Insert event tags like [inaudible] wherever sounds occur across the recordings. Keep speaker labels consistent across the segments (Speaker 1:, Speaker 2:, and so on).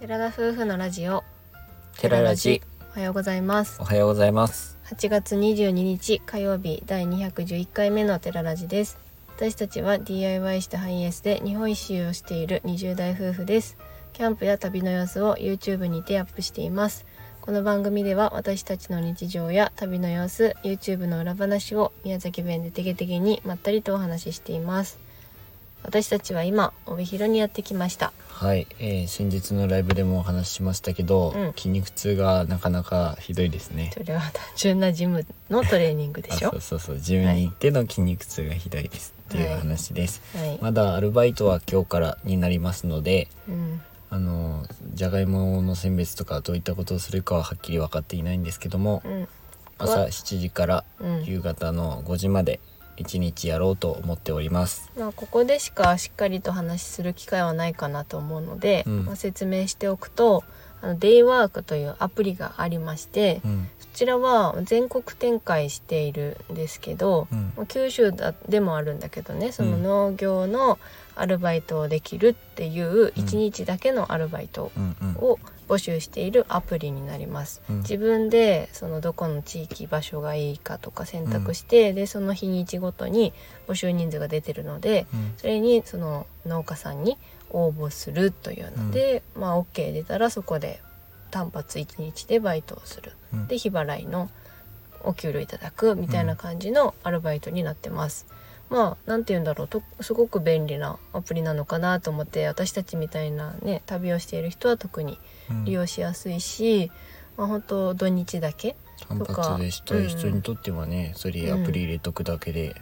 Speaker 1: 寺田夫婦のラジオ
Speaker 2: 寺ラジ
Speaker 1: おはようございます
Speaker 2: おはようございます
Speaker 1: 8月22日火曜日第211回目の寺ラジです私たちは DIY したハイエースで日本一周をしている20代夫婦ですキャンプや旅の様子を YouTube にてアップしていますこの番組では私たちの日常や旅の様子 YouTube の裏話を宮崎弁でてげてげにまったりとお話ししています私たちは今帯広にやってきました
Speaker 2: はい、えー、先日のライブでもお話ししましたけど、
Speaker 1: うん
Speaker 2: 筋肉痛がなかなかひどいですね
Speaker 1: それは単純なジムのトレーニングで
Speaker 2: あ
Speaker 1: し
Speaker 2: そ
Speaker 1: ょ
Speaker 2: うそうそうジムに行っての筋肉痛がひどいですっていう話です、
Speaker 1: はい、
Speaker 2: まだアルバイトは今日からになりますので
Speaker 1: うん、
Speaker 2: あのじゃがいもの選別とかどういったことをするかははっきり分かっていないんですけども
Speaker 1: うん、
Speaker 2: 朝7時から
Speaker 1: うん
Speaker 2: 夕方の5時まで1日やろうと思っております
Speaker 1: まあここでしかしっかりと話しする機会はないかなと思うので、
Speaker 2: うん
Speaker 1: まあ説明しておくとあのデイワークというアプリがありまして、
Speaker 2: うん
Speaker 1: そちらは全国展開しているんですけど、
Speaker 2: うん
Speaker 1: まあ九州だでもあるんだけどねその
Speaker 2: うん
Speaker 1: 農業のアルバイトをできるっていう1日だけのアルバイト
Speaker 2: うんうん
Speaker 1: を募集しているアプリになります、
Speaker 2: うん
Speaker 1: 自分でそのどこの地域場所がいいかとか選択して、でその日にちごとに募集人数が出てるので
Speaker 2: うん
Speaker 1: それにその農家さんに応募するというので、まあ OK 出たらそこで単発1日でバイトをする
Speaker 2: うん
Speaker 1: で日払いのお給料いただくみたいな感じのアルバイトになってます。まあなんて言うんだろうとすごく便利なアプリなのかなと思って私たちみたいなね旅をしている人は特に
Speaker 2: うん
Speaker 1: 利用しやすいし、まあ本当土日だけ
Speaker 2: 単発でしたい人にとってはね、それアプリ入れとくだけで、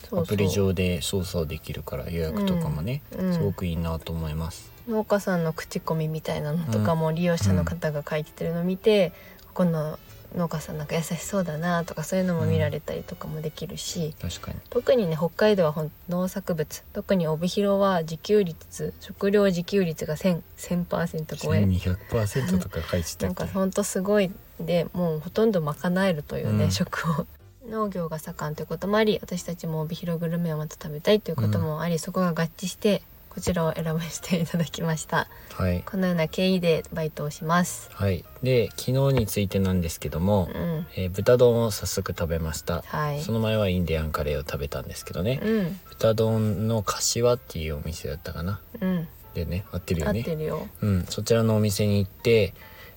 Speaker 1: そうそう
Speaker 2: アプリ上で操作できるから予約とかもね、
Speaker 1: うんうん
Speaker 2: すごくいいなと思います。
Speaker 1: 農家さんの口コミみたいなのとかも利用者の方が書いてるのを見て、この農家さんなんか優しそうだなとかそういうのも見られたりとかもできるし、
Speaker 2: 確かに。
Speaker 1: 特にね北海道はほん農作物特に帯広は自給率食料自給率が 1000%, 1000%超え
Speaker 2: 千二百パーセントとか書いてた
Speaker 1: なん
Speaker 2: っけ
Speaker 1: か。ほんとすごいでもうほとんど賄えるというね、
Speaker 2: うん
Speaker 1: 食を農業が盛んということもあり私たちも帯広グルメをまた食べたいということもあり、そこが合致してこちらを選ばせていただきました
Speaker 2: はい。
Speaker 1: このような経緯でバイトをします
Speaker 2: はい。で昨日についてなんですけども、
Speaker 1: うん
Speaker 2: えー豚丼を早速食べました。
Speaker 1: はい
Speaker 2: その前はインディアンカレーを食べたんですけどね、
Speaker 1: うん
Speaker 2: 豚丼の柏っていうお店だったかな。
Speaker 1: うん
Speaker 2: でね合ってる
Speaker 1: 合
Speaker 2: よ
Speaker 1: っ
Speaker 2: ね。
Speaker 1: てるよ
Speaker 2: うん、そちらのお店に行って、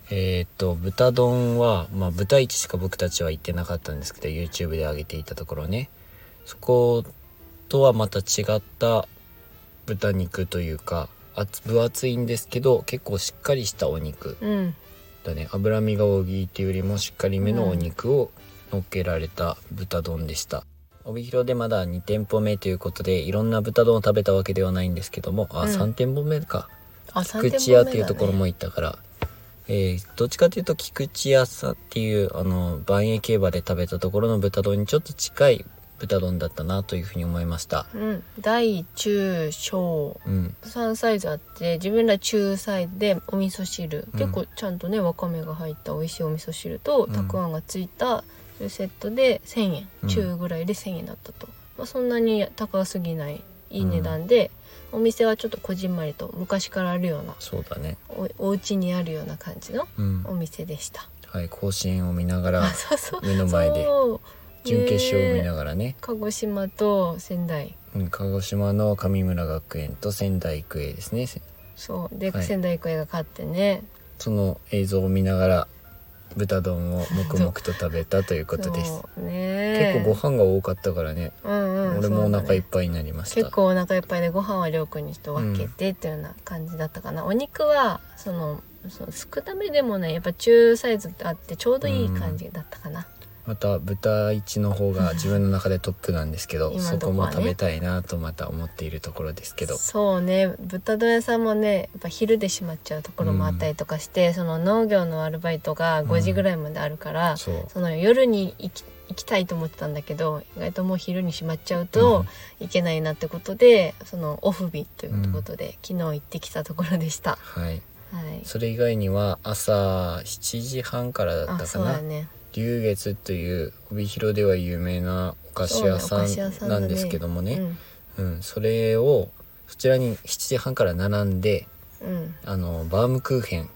Speaker 2: えーっと、豚丼は、まあ、豚市しか僕たちは行ってなかったんですけど、YouTube で上げていたところね。そことはまた違った豚肉というか、厚分厚いんですけど、結構しっかりしたお肉
Speaker 1: うん
Speaker 2: だね。脂身が大きいっていうよりもしっかりめのお肉を乗っけられた豚丼でした。帯広でまだ2店舗目ということで、いろんな豚丼を食べたわけではないんですけども、あ、
Speaker 1: うん
Speaker 2: 3店舗目か。
Speaker 1: あ
Speaker 2: 菊池屋っていうところも行ったから、えーどっちかというと菊池屋さんっていうあの万栄競馬で食べたところの豚丼にちょっと近い豚丼だったなというふうに思いました
Speaker 1: うん大中小
Speaker 2: うん
Speaker 1: 3サイズあって自分ら中サイズでお味噌汁、
Speaker 2: うん
Speaker 1: 結構ちゃんとねわかめが入った美味しいお味噌汁と
Speaker 2: うん
Speaker 1: たくあんがついたそういうセットで1,000円、
Speaker 2: うん
Speaker 1: 中ぐらいで1,000円だったと、まあ、そんなに高すぎないいい値段で、お店はちょっとこじんまりと昔からあるような
Speaker 2: そうだね
Speaker 1: おお家にあるような感じの
Speaker 2: うん
Speaker 1: お店でした、
Speaker 2: はい甲子園を見なが
Speaker 1: あ
Speaker 2: ら
Speaker 1: そうそう
Speaker 2: 目の前で
Speaker 1: そう
Speaker 2: 準決勝を見
Speaker 1: ね
Speaker 2: ながらね、
Speaker 1: 鹿児島と仙台
Speaker 2: うん鹿児島の神村学園と仙台育英ですね
Speaker 1: そうで、
Speaker 2: はい
Speaker 1: 仙台育英が勝ってね
Speaker 2: その映像を見ながら豚丼を黙々と食べたということです
Speaker 1: [laughs] そうね
Speaker 2: 結構ご飯が多かったからね、
Speaker 1: うんうん、
Speaker 2: 俺もお
Speaker 1: そうだ
Speaker 2: 腹
Speaker 1: ね
Speaker 2: いっぱいになりました
Speaker 1: 結構お腹いっぱいでご飯はりょうくんにと分けてっていうような感じだったかな、お肉はそのそう少なめでもねやっぱ中サイズってあってちょうどいい感じだったかな、
Speaker 2: また豚一の方が自分の中でトップなんですけど、
Speaker 1: 今の
Speaker 2: そ
Speaker 1: とこ
Speaker 2: こ
Speaker 1: はね
Speaker 2: も食べたいなとまた思っているところですけど
Speaker 1: そうね豚丼屋さんもねやっぱ昼で閉まっちゃうところもあったりとかして、その農業のアルバイトが5時ぐらいまであるから、
Speaker 2: そう
Speaker 1: その夜に行き行きたいと思ってたんだけど意外ともう昼に閉まっちゃうといけないなってことで、そのオフ日ということで、昨日行ってきたところでした。
Speaker 2: はい
Speaker 1: はい、
Speaker 2: それ以外には朝7時半からだっ
Speaker 1: あ
Speaker 2: たか
Speaker 1: そう
Speaker 2: な、
Speaker 1: だね
Speaker 2: 龍月という帯広では有名なお菓子屋さ
Speaker 1: そうねお菓子屋さん
Speaker 2: ん
Speaker 1: だ
Speaker 2: な
Speaker 1: ね
Speaker 2: んですけども
Speaker 1: う
Speaker 2: ね
Speaker 1: ん
Speaker 2: うん、それをそちらに7時半から並んで
Speaker 1: うん、
Speaker 2: あのバームクーヘン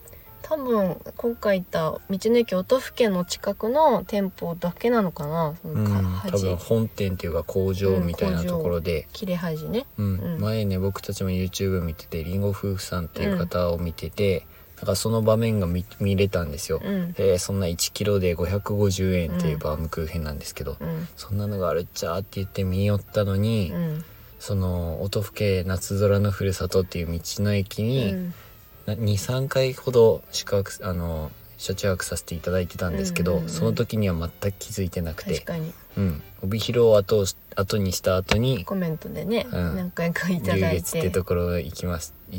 Speaker 1: 多分今回行った道の駅音更の近くの店舗だけなのかなそ
Speaker 2: うん
Speaker 1: のか、
Speaker 2: 多
Speaker 1: 端
Speaker 2: 分本店というか工場みたいなところで、
Speaker 1: 切れ端ね
Speaker 2: うん
Speaker 1: うん
Speaker 2: 前ね僕たちも YouTube 見ててりんご夫婦さんっていう方を見てて、なんかその場面が見見れたんですよ、
Speaker 1: うん
Speaker 2: えーそんな1キロで550円っていううんバームクーヘンなんですけど、
Speaker 1: うん
Speaker 2: そんなのがあるっちゃーって言って見よったのに、
Speaker 1: うん
Speaker 2: その音更夏空のふるさとっていう道の駅
Speaker 1: う
Speaker 2: に、
Speaker 1: ん
Speaker 2: 23回ほど宿泊あの車中泊させていただいてたんですけど、
Speaker 1: うんうんうん
Speaker 2: その時には全く気づいてなく
Speaker 1: 確
Speaker 2: て、
Speaker 1: かに
Speaker 2: うん、帯広を後を後にした後に
Speaker 1: コメントでね、
Speaker 2: うん
Speaker 1: 何回かいた
Speaker 2: 龍
Speaker 1: だい
Speaker 2: 月って
Speaker 1: て
Speaker 2: ところへ行きますい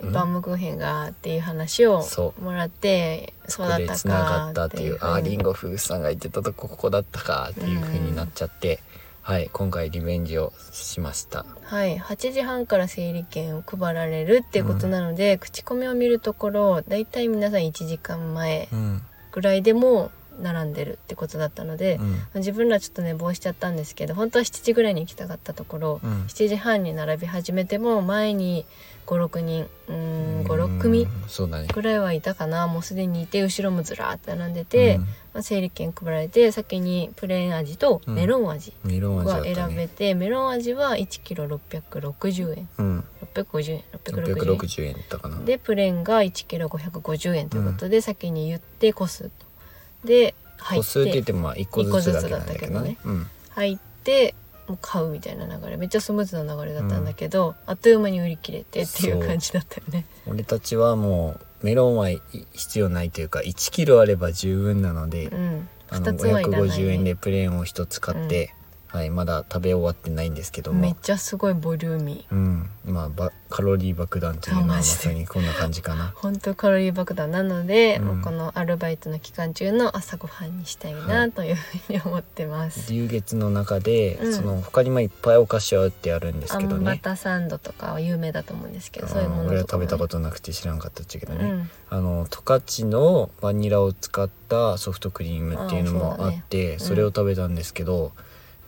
Speaker 2: うん
Speaker 1: バームクーヘンがっていう話を
Speaker 2: そう
Speaker 1: もらってそうだっ
Speaker 2: で
Speaker 1: た
Speaker 2: つながった
Speaker 1: か
Speaker 2: っていうあありんご夫婦さんが言ってたとこここだったかっていう風になっちゃって、はい今回リベンジをしました
Speaker 1: はい、8時半から整理券を配られるっていうことなので、口コミを見るところだいたい皆さん1時間前
Speaker 2: うん、
Speaker 1: ぐらいでもう並んでるってことだったので
Speaker 2: う、ん
Speaker 1: 自分らちょっと寝坊しちゃったんですけど本当は7時ぐらいに行きたかったところ、
Speaker 2: うん
Speaker 1: 7時半に並び始めても前に56人うーん56組
Speaker 2: うんそうだね
Speaker 1: ぐらいはいたかなもうすでにいて後ろもずらーって並んでて、まあ、整理券配られて先にプレーン味とメロン味
Speaker 2: うん、メロン味だ
Speaker 1: は
Speaker 2: った
Speaker 1: 選べ
Speaker 2: ね、
Speaker 1: て、メロン味は1キロ660円
Speaker 2: うん、
Speaker 1: 650円660
Speaker 2: 660円だったかな
Speaker 1: 円でプレーンが1キロ550円ということで、先に言って個数とで入
Speaker 2: 個
Speaker 1: っ
Speaker 2: 数って言
Speaker 1: て
Speaker 2: ってもまあ1個ずつだけ
Speaker 1: 一個
Speaker 2: な
Speaker 1: ずつだ
Speaker 2: んだ
Speaker 1: った
Speaker 2: け
Speaker 1: け
Speaker 2: ど
Speaker 1: ど
Speaker 2: ね
Speaker 1: ね。
Speaker 2: うん
Speaker 1: 入ってもう買うみたいな流れめっちゃスムーズな流れだったんだけど、あっという間に売り切れてってい
Speaker 2: そう
Speaker 1: う感じだったよね。
Speaker 2: 俺たちはもうメロンはい必要ないというか1キロあれば十分なので、
Speaker 1: うん、
Speaker 2: あの
Speaker 1: 2つはいらない、
Speaker 2: 550円でプレーンを1つ買って、はい、まだ食べ終わってないんですけど
Speaker 1: めっ
Speaker 2: も、
Speaker 1: ちゃすごいボリューミー
Speaker 2: うんまあ、ばカロリー爆弾というのは
Speaker 1: あ
Speaker 2: ま
Speaker 1: マジで
Speaker 2: さにこんな感じかな。
Speaker 1: 本当カロリー爆弾なので、
Speaker 2: うん
Speaker 1: もうこのアルバイトの期間中の朝ごはんにしたい
Speaker 2: は
Speaker 1: なというふうに思ってます。
Speaker 2: 流月の中で、
Speaker 1: うん
Speaker 2: その他にもいっぱいお菓子は売ってあるんです
Speaker 1: あ
Speaker 2: けど
Speaker 1: んバ
Speaker 2: ね。
Speaker 1: タサンドとかは有名だと思うんですけど、そういう
Speaker 2: あ
Speaker 1: も
Speaker 2: ー
Speaker 1: の
Speaker 2: 俺は
Speaker 1: とかも
Speaker 2: 食べ
Speaker 1: ね、
Speaker 2: たことなくて知らんかったっちゃけどね、
Speaker 1: うん
Speaker 2: あの十勝のバニラを使ったソフトクリームっていうのもあってそ
Speaker 1: ん
Speaker 2: れを食べたんですけど、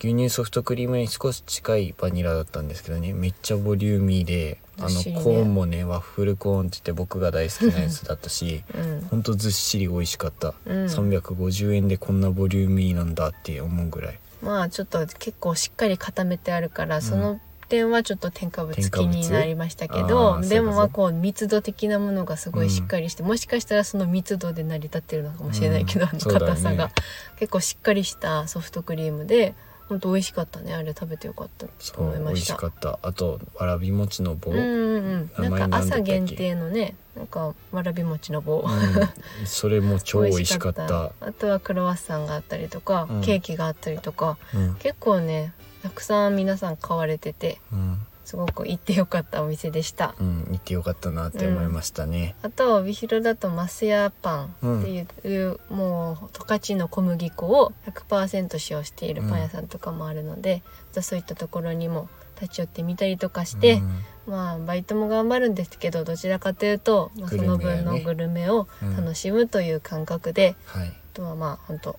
Speaker 2: 牛乳ソフトクリームに少し近いバニラだったんですけどねめっちゃボリューミーであの
Speaker 1: ずっしりね
Speaker 2: コーンもねワッフルコーンって言って僕が大好きなやつだったし
Speaker 1: うん
Speaker 2: ほんとずっしり美味しかった、
Speaker 1: うん
Speaker 2: 350円でこんなボリューミーなんだって思うぐらい
Speaker 1: まあちょっと結構しっかり固めてあるから、その点はちょっと添加物
Speaker 2: 添加
Speaker 1: 気
Speaker 2: 物
Speaker 1: になりましたけ
Speaker 2: あ
Speaker 1: ど
Speaker 2: ー
Speaker 1: でもま
Speaker 2: そうい
Speaker 1: あ
Speaker 2: うこ
Speaker 1: こう密度的なものがすごいしっかりして、もしかしたらその密度で成り立ってるのかもしれないけど、
Speaker 2: うん
Speaker 1: あの
Speaker 2: そうだね
Speaker 1: 硬さが、結構しっかりしたソフトクリームで本当美味しかったねあれ食べてよかったと
Speaker 2: そう
Speaker 1: 思い
Speaker 2: 美
Speaker 1: ま
Speaker 2: 味
Speaker 1: し。
Speaker 2: したかったあとわらび餅の棒、
Speaker 1: うんうんう
Speaker 2: 名前
Speaker 1: ん、
Speaker 2: な
Speaker 1: なんん
Speaker 2: だ
Speaker 1: か
Speaker 2: ったっけ
Speaker 1: 朝限定のねなんかわらび餅の棒、
Speaker 2: うんそれも超美味し
Speaker 1: [laughs]
Speaker 2: かった
Speaker 1: あとはクロワッサンがあったりとか、
Speaker 2: うん
Speaker 1: ケーキがあったりとか
Speaker 2: うん
Speaker 1: 結構ねたくさん皆さん買われてて
Speaker 2: うん
Speaker 1: すごく行ってよかったお店でした
Speaker 2: うん、行ってよかったなって思いましたね、
Speaker 1: あとは帯広だとマスヤパンっていう、もう十勝の小麦粉を100%使用しているパン屋さんとかもあるので、またそういったところにも立ち寄ってみたりとかして、
Speaker 2: うん
Speaker 1: まあバイトも頑張るんですけどどちらかというと、まあ、その分の
Speaker 2: グ
Speaker 1: グルメを
Speaker 2: うん
Speaker 1: 楽しむという感覚で、
Speaker 2: はい
Speaker 1: あとはまあ本当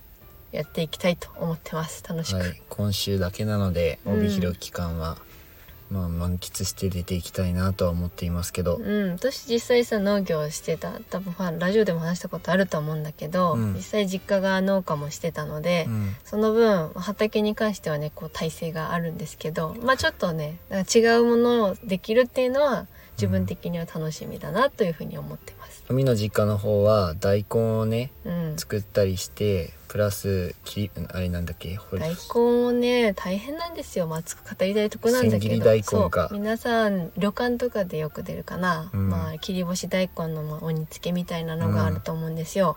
Speaker 1: やっていきたいと思ってます楽しく、
Speaker 2: はい、今週だけなので
Speaker 1: うん
Speaker 2: 帯広期間は、まあ、満喫して出ていきたいなとは思っていますけど、
Speaker 1: うん、私実際さ農業をしてた多分ファンラジオでも話したことあると思うんだけど、
Speaker 2: うん
Speaker 1: 実際実家が農家もしてたので、
Speaker 2: うん
Speaker 1: その分畑に関してはねこう体制があるんですけどまあちょっとねなんか違うものをできるっていうのは自分的には楽しみだなというふうに思ってます。
Speaker 2: 海の実家の方は大根をね
Speaker 1: うん
Speaker 2: 作ったりしてプラスきあれなんだっけほ
Speaker 1: 大根もね大変なんですよ、まあ、熱く語りたいとこなんだ
Speaker 2: 千切
Speaker 1: け
Speaker 2: り
Speaker 1: ど
Speaker 2: 大根か
Speaker 1: そう皆さん旅館とかでよく出るかな、
Speaker 2: うん
Speaker 1: まあ、切り干し大根のまあ鬼付けみたいなのがあると思うんですよ、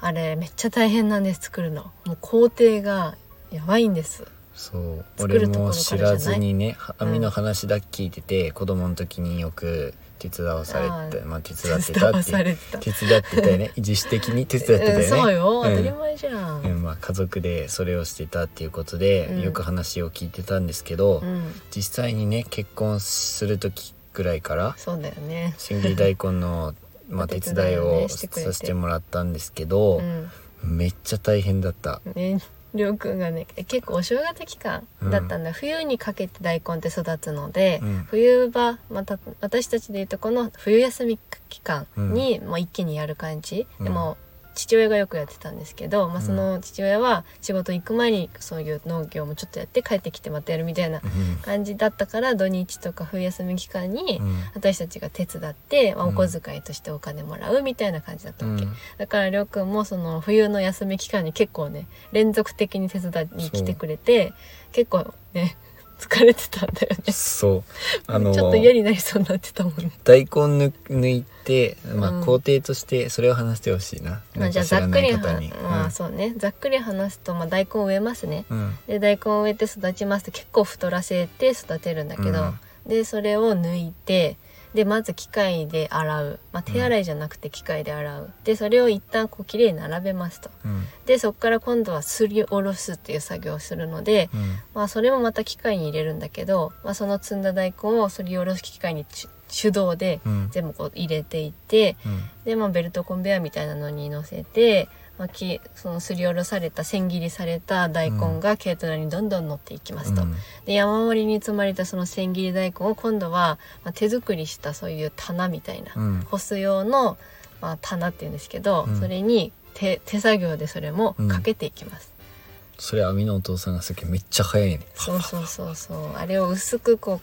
Speaker 1: あれめっちゃ大変なんです作るのもう工程がやばいんです
Speaker 2: そう
Speaker 1: 作
Speaker 2: 俺
Speaker 1: るとこ
Speaker 2: も
Speaker 1: ろ
Speaker 2: 知
Speaker 1: かららじゃ
Speaker 2: ず
Speaker 1: ない
Speaker 2: にねは
Speaker 1: うん
Speaker 2: 網の話だけ聞いてて、子供の時によく手伝わされて
Speaker 1: あー
Speaker 2: まあ手
Speaker 1: [laughs]
Speaker 2: 伝って
Speaker 1: 伝
Speaker 2: た
Speaker 1: わ
Speaker 2: って
Speaker 1: されてた
Speaker 2: 手伝ってたよね自主的に手伝ってたよね、
Speaker 1: うんそうよ、
Speaker 2: うん
Speaker 1: 当たり前じゃん、
Speaker 2: うんまあ、家族でそれをしてたっていうことで、
Speaker 1: うん
Speaker 2: よく話を聞いてたんですけど、
Speaker 1: うん、
Speaker 2: 実際にね結婚する時ぐらいから
Speaker 1: そうだよね
Speaker 2: 千切り大根
Speaker 1: [laughs]
Speaker 2: の、まあ、
Speaker 1: お
Speaker 2: 手
Speaker 1: 手伝い
Speaker 2: 伝い
Speaker 1: を
Speaker 2: を
Speaker 1: ねしてくれて
Speaker 2: させてもらったんですけど
Speaker 1: う、ん
Speaker 2: めっちゃ大変だった。
Speaker 1: ねりょうくんがねえ結構お正月期間
Speaker 2: うん
Speaker 1: だったんだ、冬にかけて大根って育つので、
Speaker 2: うん
Speaker 1: 冬場また私たちでいうとこの冬休み期間にもう一気にやる感じ、
Speaker 2: うん
Speaker 1: でも父親がよくやってたんですけど、まあ、その父親は仕事行く前にそういう農業もちょっとやって帰ってきてまたやるみたいな
Speaker 2: うん
Speaker 1: 感じだったから土日とか冬休み期間に
Speaker 2: うん
Speaker 1: 私たちが手伝って、まあ
Speaker 2: う
Speaker 1: お
Speaker 2: ん
Speaker 1: 小遣いとしてお金もらうみたいな感じだった
Speaker 2: う
Speaker 1: わ
Speaker 2: ん
Speaker 1: け、だからりょうくんもその冬の休み期間に結構ね連続的に手伝いに来てくれて結構ね [laughs] 疲れてたんだよね [laughs]
Speaker 2: そうあの
Speaker 1: ちょっと嫌になりそうになってたもんね
Speaker 2: 大根ぬ抜いて、まあ
Speaker 1: うん
Speaker 2: 工程としてそれを話してほしいな,、
Speaker 1: ま
Speaker 2: な
Speaker 1: あ
Speaker 2: ん
Speaker 1: じゃ
Speaker 2: か
Speaker 1: あ
Speaker 2: 知
Speaker 1: ざ
Speaker 2: ら
Speaker 1: っく
Speaker 2: ない
Speaker 1: り
Speaker 2: 方
Speaker 1: は、
Speaker 2: に
Speaker 1: まあそうねざっくり話すと、まあ、大根を植えますね
Speaker 2: うんうん
Speaker 1: で大根を植えて育ちますって結構太らせて育てるんだけど、
Speaker 2: うん
Speaker 1: でそれを抜いてでまず機械で洗う、まあ、手洗いじゃなくて機械で洗う、でそれを一旦こうきれいに並べますと
Speaker 2: うん
Speaker 1: でそこから今度はすりおろすっていう作業をするので、
Speaker 2: うん
Speaker 1: まあ、それもまた機械に入れるんだけど、まあ、その積んだ大根をすりおろす機械にち手動で
Speaker 2: うん
Speaker 1: 全部こう入れていって
Speaker 2: うん
Speaker 1: で、まあ、ベルトコンベアみたいなのに乗せて、まあ、きそのすりおろされた千切りされた大根が軽トラにどんどん乗っていきますと。
Speaker 2: うん
Speaker 1: で山盛りに積まれたその千切り大根を今度は、まあ、手作りしたそういう棚みたいな、
Speaker 2: うん
Speaker 1: 干す用の、まあ、棚っていうんですけど、
Speaker 2: うん
Speaker 1: それに手手作業でそれもかけていきます。
Speaker 2: それ網のお父さんがさっきめっちゃ早いね
Speaker 1: そうそうそうそうあれを薄くこ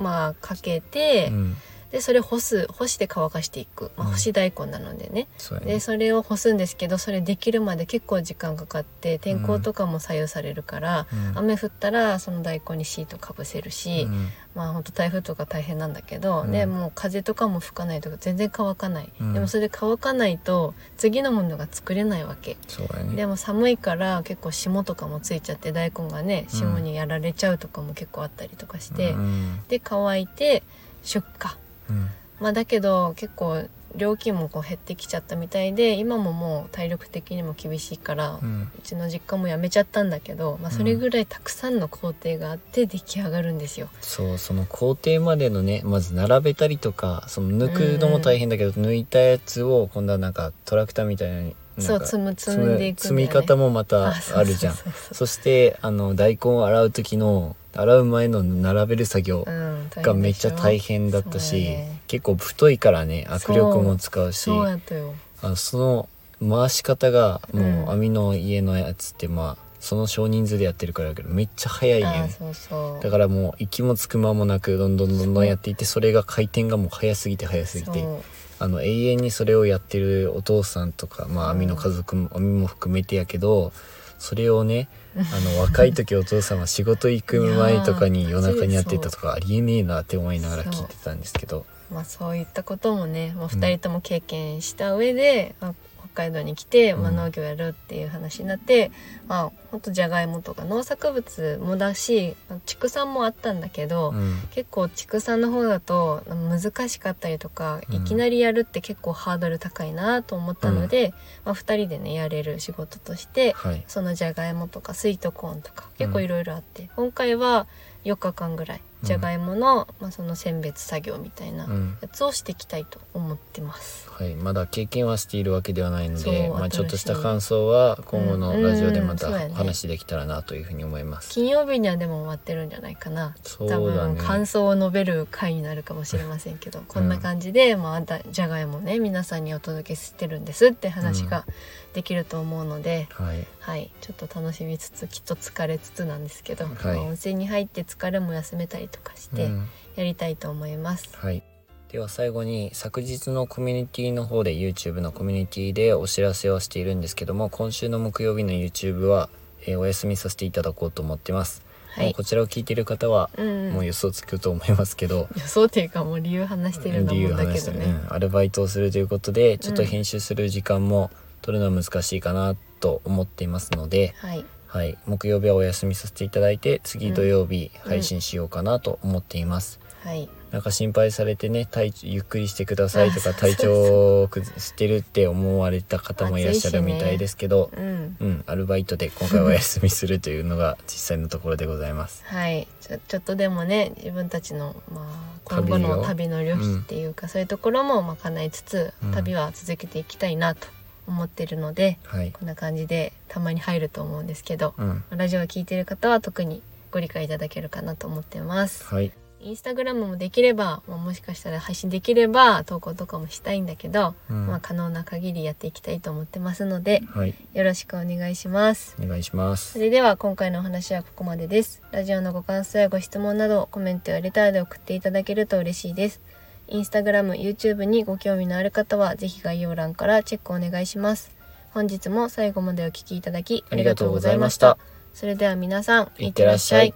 Speaker 1: うまあかけて、
Speaker 2: うん
Speaker 1: でそれ干す干して乾かしていく、まあ、
Speaker 2: うん
Speaker 1: 干し大根なのでね、
Speaker 2: そうやね
Speaker 1: でそれを干すんですけどそれできるまで結構時間かかって天候とかも左右されるから、
Speaker 2: うん
Speaker 1: 雨降ったらその大根にシートかぶせるし、
Speaker 2: うん
Speaker 1: まあ本当台風とか大変なんだけど、
Speaker 2: うん
Speaker 1: でもう風とかも吹かないとか全然乾かない、
Speaker 2: うん
Speaker 1: でもそれで乾かないと次のものが作れないわけ、
Speaker 2: そうやね
Speaker 1: でも寒いから結構霜とかもついちゃって大根がね
Speaker 2: うん
Speaker 1: 霜にやられちゃうとかも結構あったりとかして、
Speaker 2: うん
Speaker 1: で乾いて出荷
Speaker 2: うん
Speaker 1: まあだけど結構料金もこう減ってきちゃったみたいで今ももう体力的にも厳しいから、
Speaker 2: う
Speaker 1: うんちの実家もやめちゃったんだけど、まあ、それぐらいたくさんの工程があって出来上がるんですよ。
Speaker 2: そうその工程までのねまず並べたりとかその抜くのも大変だけど、抜いたやつを今度はなんかトラクターみたいなのに
Speaker 1: そ
Speaker 2: なん
Speaker 1: う
Speaker 2: か
Speaker 1: 積む積
Speaker 2: 積
Speaker 1: ん
Speaker 2: む
Speaker 1: でいく
Speaker 2: 積
Speaker 1: んだ
Speaker 2: み
Speaker 1: よね
Speaker 2: 方もま
Speaker 1: そ
Speaker 2: た
Speaker 1: うそうそうそう
Speaker 2: あるじゃんそしてあの大根を洗う時の洗う前の並べる作業
Speaker 1: うん
Speaker 2: がめっちゃ大変だった
Speaker 1: そう
Speaker 2: し、
Speaker 1: やね
Speaker 2: 結構太いからね握力も使うし
Speaker 1: そうやったよ
Speaker 2: あのその回し方がも
Speaker 1: うん
Speaker 2: う網の家のやつってまあその少人数でやってるからだけどめっちゃ早いよ
Speaker 1: あー
Speaker 2: ね
Speaker 1: そうそう
Speaker 2: だからもう息もつく間もなくどんどんどんどんやっていってそれが回転がもう早すぎて早すぎて
Speaker 1: そう
Speaker 2: あの永遠にそれをやってるお父さんとか、まあ、
Speaker 1: うん
Speaker 2: 網の家族も網も含めてやけどそれをねあの若い時お父さんは仕事行く前とか
Speaker 1: い
Speaker 2: に
Speaker 1: やー
Speaker 2: 夜中にやってたとかありえねえなって思いながら聞いてたんですけど
Speaker 1: まあそういったこともね、まあ、
Speaker 2: うん
Speaker 1: 2人とも経験した上で、まあ北海道に来て、まあ、
Speaker 2: うん
Speaker 1: 農業やるっていう話になって、まあほんとじゃがいもとか農作物もだしまあ畜産もあったんだけど、
Speaker 2: うん
Speaker 1: 結構畜産の方だと難しかったりとか、
Speaker 2: うん
Speaker 1: いきなりやるって結構ハードル高いなと思ったので、まあ、2人でねやれる仕事として
Speaker 2: はい
Speaker 1: そのじゃがいもとかスイートコーンとか結構いろいろあって、今回は4日間ぐらい
Speaker 2: うん
Speaker 1: じゃがいもの、まあ、その選別作業みたいな
Speaker 2: うん
Speaker 1: やつをしていきたいと思ってます。
Speaker 2: はい、まだ経験はしているわけではないので、
Speaker 1: そう
Speaker 2: まあ、ちょっとした
Speaker 1: 新しい
Speaker 2: 感想は今後
Speaker 1: う
Speaker 2: の
Speaker 1: ん
Speaker 2: ラジオで
Speaker 1: うん
Speaker 2: また
Speaker 1: そうやね
Speaker 2: お話できたらなというふうに思います。
Speaker 1: 金曜日にはでも終わってるんじゃないかな。
Speaker 2: そう
Speaker 1: 多
Speaker 2: だ
Speaker 1: 分
Speaker 2: ね
Speaker 1: 感想を述べる回になるかもしれませんけど、こんな感じで、まあ、だじゃがいもね皆さんにお届けしてるんですって話ができると思うので、
Speaker 2: はい、
Speaker 1: はいちょっと楽しみつつきっと疲れつつなんですけど、
Speaker 2: はい
Speaker 1: まあ温泉に入って疲れも休めたりとかして
Speaker 2: うん
Speaker 1: やりたいと思います。
Speaker 2: はい、では最後に昨日のコミュニティの方で YouTube のコミュニティでお知らせはしているんですけども今週の木曜日の YouTube は、えーお休みさせていただこうと思ってます、
Speaker 1: は
Speaker 2: もう
Speaker 1: い、
Speaker 2: こちらを聞いている方は
Speaker 1: うんうん
Speaker 2: もう予想つくと思いますけど、
Speaker 1: 予想っていうかもう理由話してるんだ
Speaker 2: 理
Speaker 1: もん
Speaker 2: 由を
Speaker 1: だけ
Speaker 2: 話し
Speaker 1: ど
Speaker 2: て
Speaker 1: ね
Speaker 2: ね、アルバイトをするということでちょっと編集する時間も取るのは難しいかなと思っていますので、
Speaker 1: はい
Speaker 2: はい、木曜日はお休みさせていただいて次土曜日配信しようかなと思っています、
Speaker 1: はい
Speaker 2: なんか心配されてね体ゆっくりしてくださいと
Speaker 1: あ
Speaker 2: か
Speaker 1: そうそう
Speaker 2: 体調を崩してるって思われた方もいらっしゃる
Speaker 1: 暑いしね
Speaker 2: みたいですけど、
Speaker 1: うん
Speaker 2: うんアルバイトで今回はお休みするというのが実際のところでございます
Speaker 1: はいちょちょっとでもね自分たちの、まあ、今後
Speaker 2: 旅
Speaker 1: の
Speaker 2: を
Speaker 1: 旅の旅費っていうか、そういうところもまあ叶えつつ、
Speaker 2: うん
Speaker 1: 旅は続けていきたいなと思ってるので
Speaker 2: はい
Speaker 1: こんな感じでたまに入ると思うんですけど
Speaker 2: うん
Speaker 1: ラジオを聞いてる方は特にご理解いただけるかなと思ってます
Speaker 2: はい
Speaker 1: インスタグラムもできれば、まあ、もしかしたら配信できれば投稿とかもしたいんだけど、
Speaker 2: うん
Speaker 1: まあ可能な限りやっていきたいと思ってますので
Speaker 2: はい
Speaker 1: よろしくお願いします
Speaker 2: お願いしま
Speaker 1: そ
Speaker 2: す
Speaker 1: れでは今回のお話はここまでです。ラジオのご感想やご質問などコメントやレターで送っていただけると嬉しいです。インスタグラム、YouTube にご興味のある方はぜひ概要欄からチェックお願いします。本日も最後までお聞きいただきありがとうございました。
Speaker 2: ありがと
Speaker 1: それでは皆さん、
Speaker 2: いってらっしゃい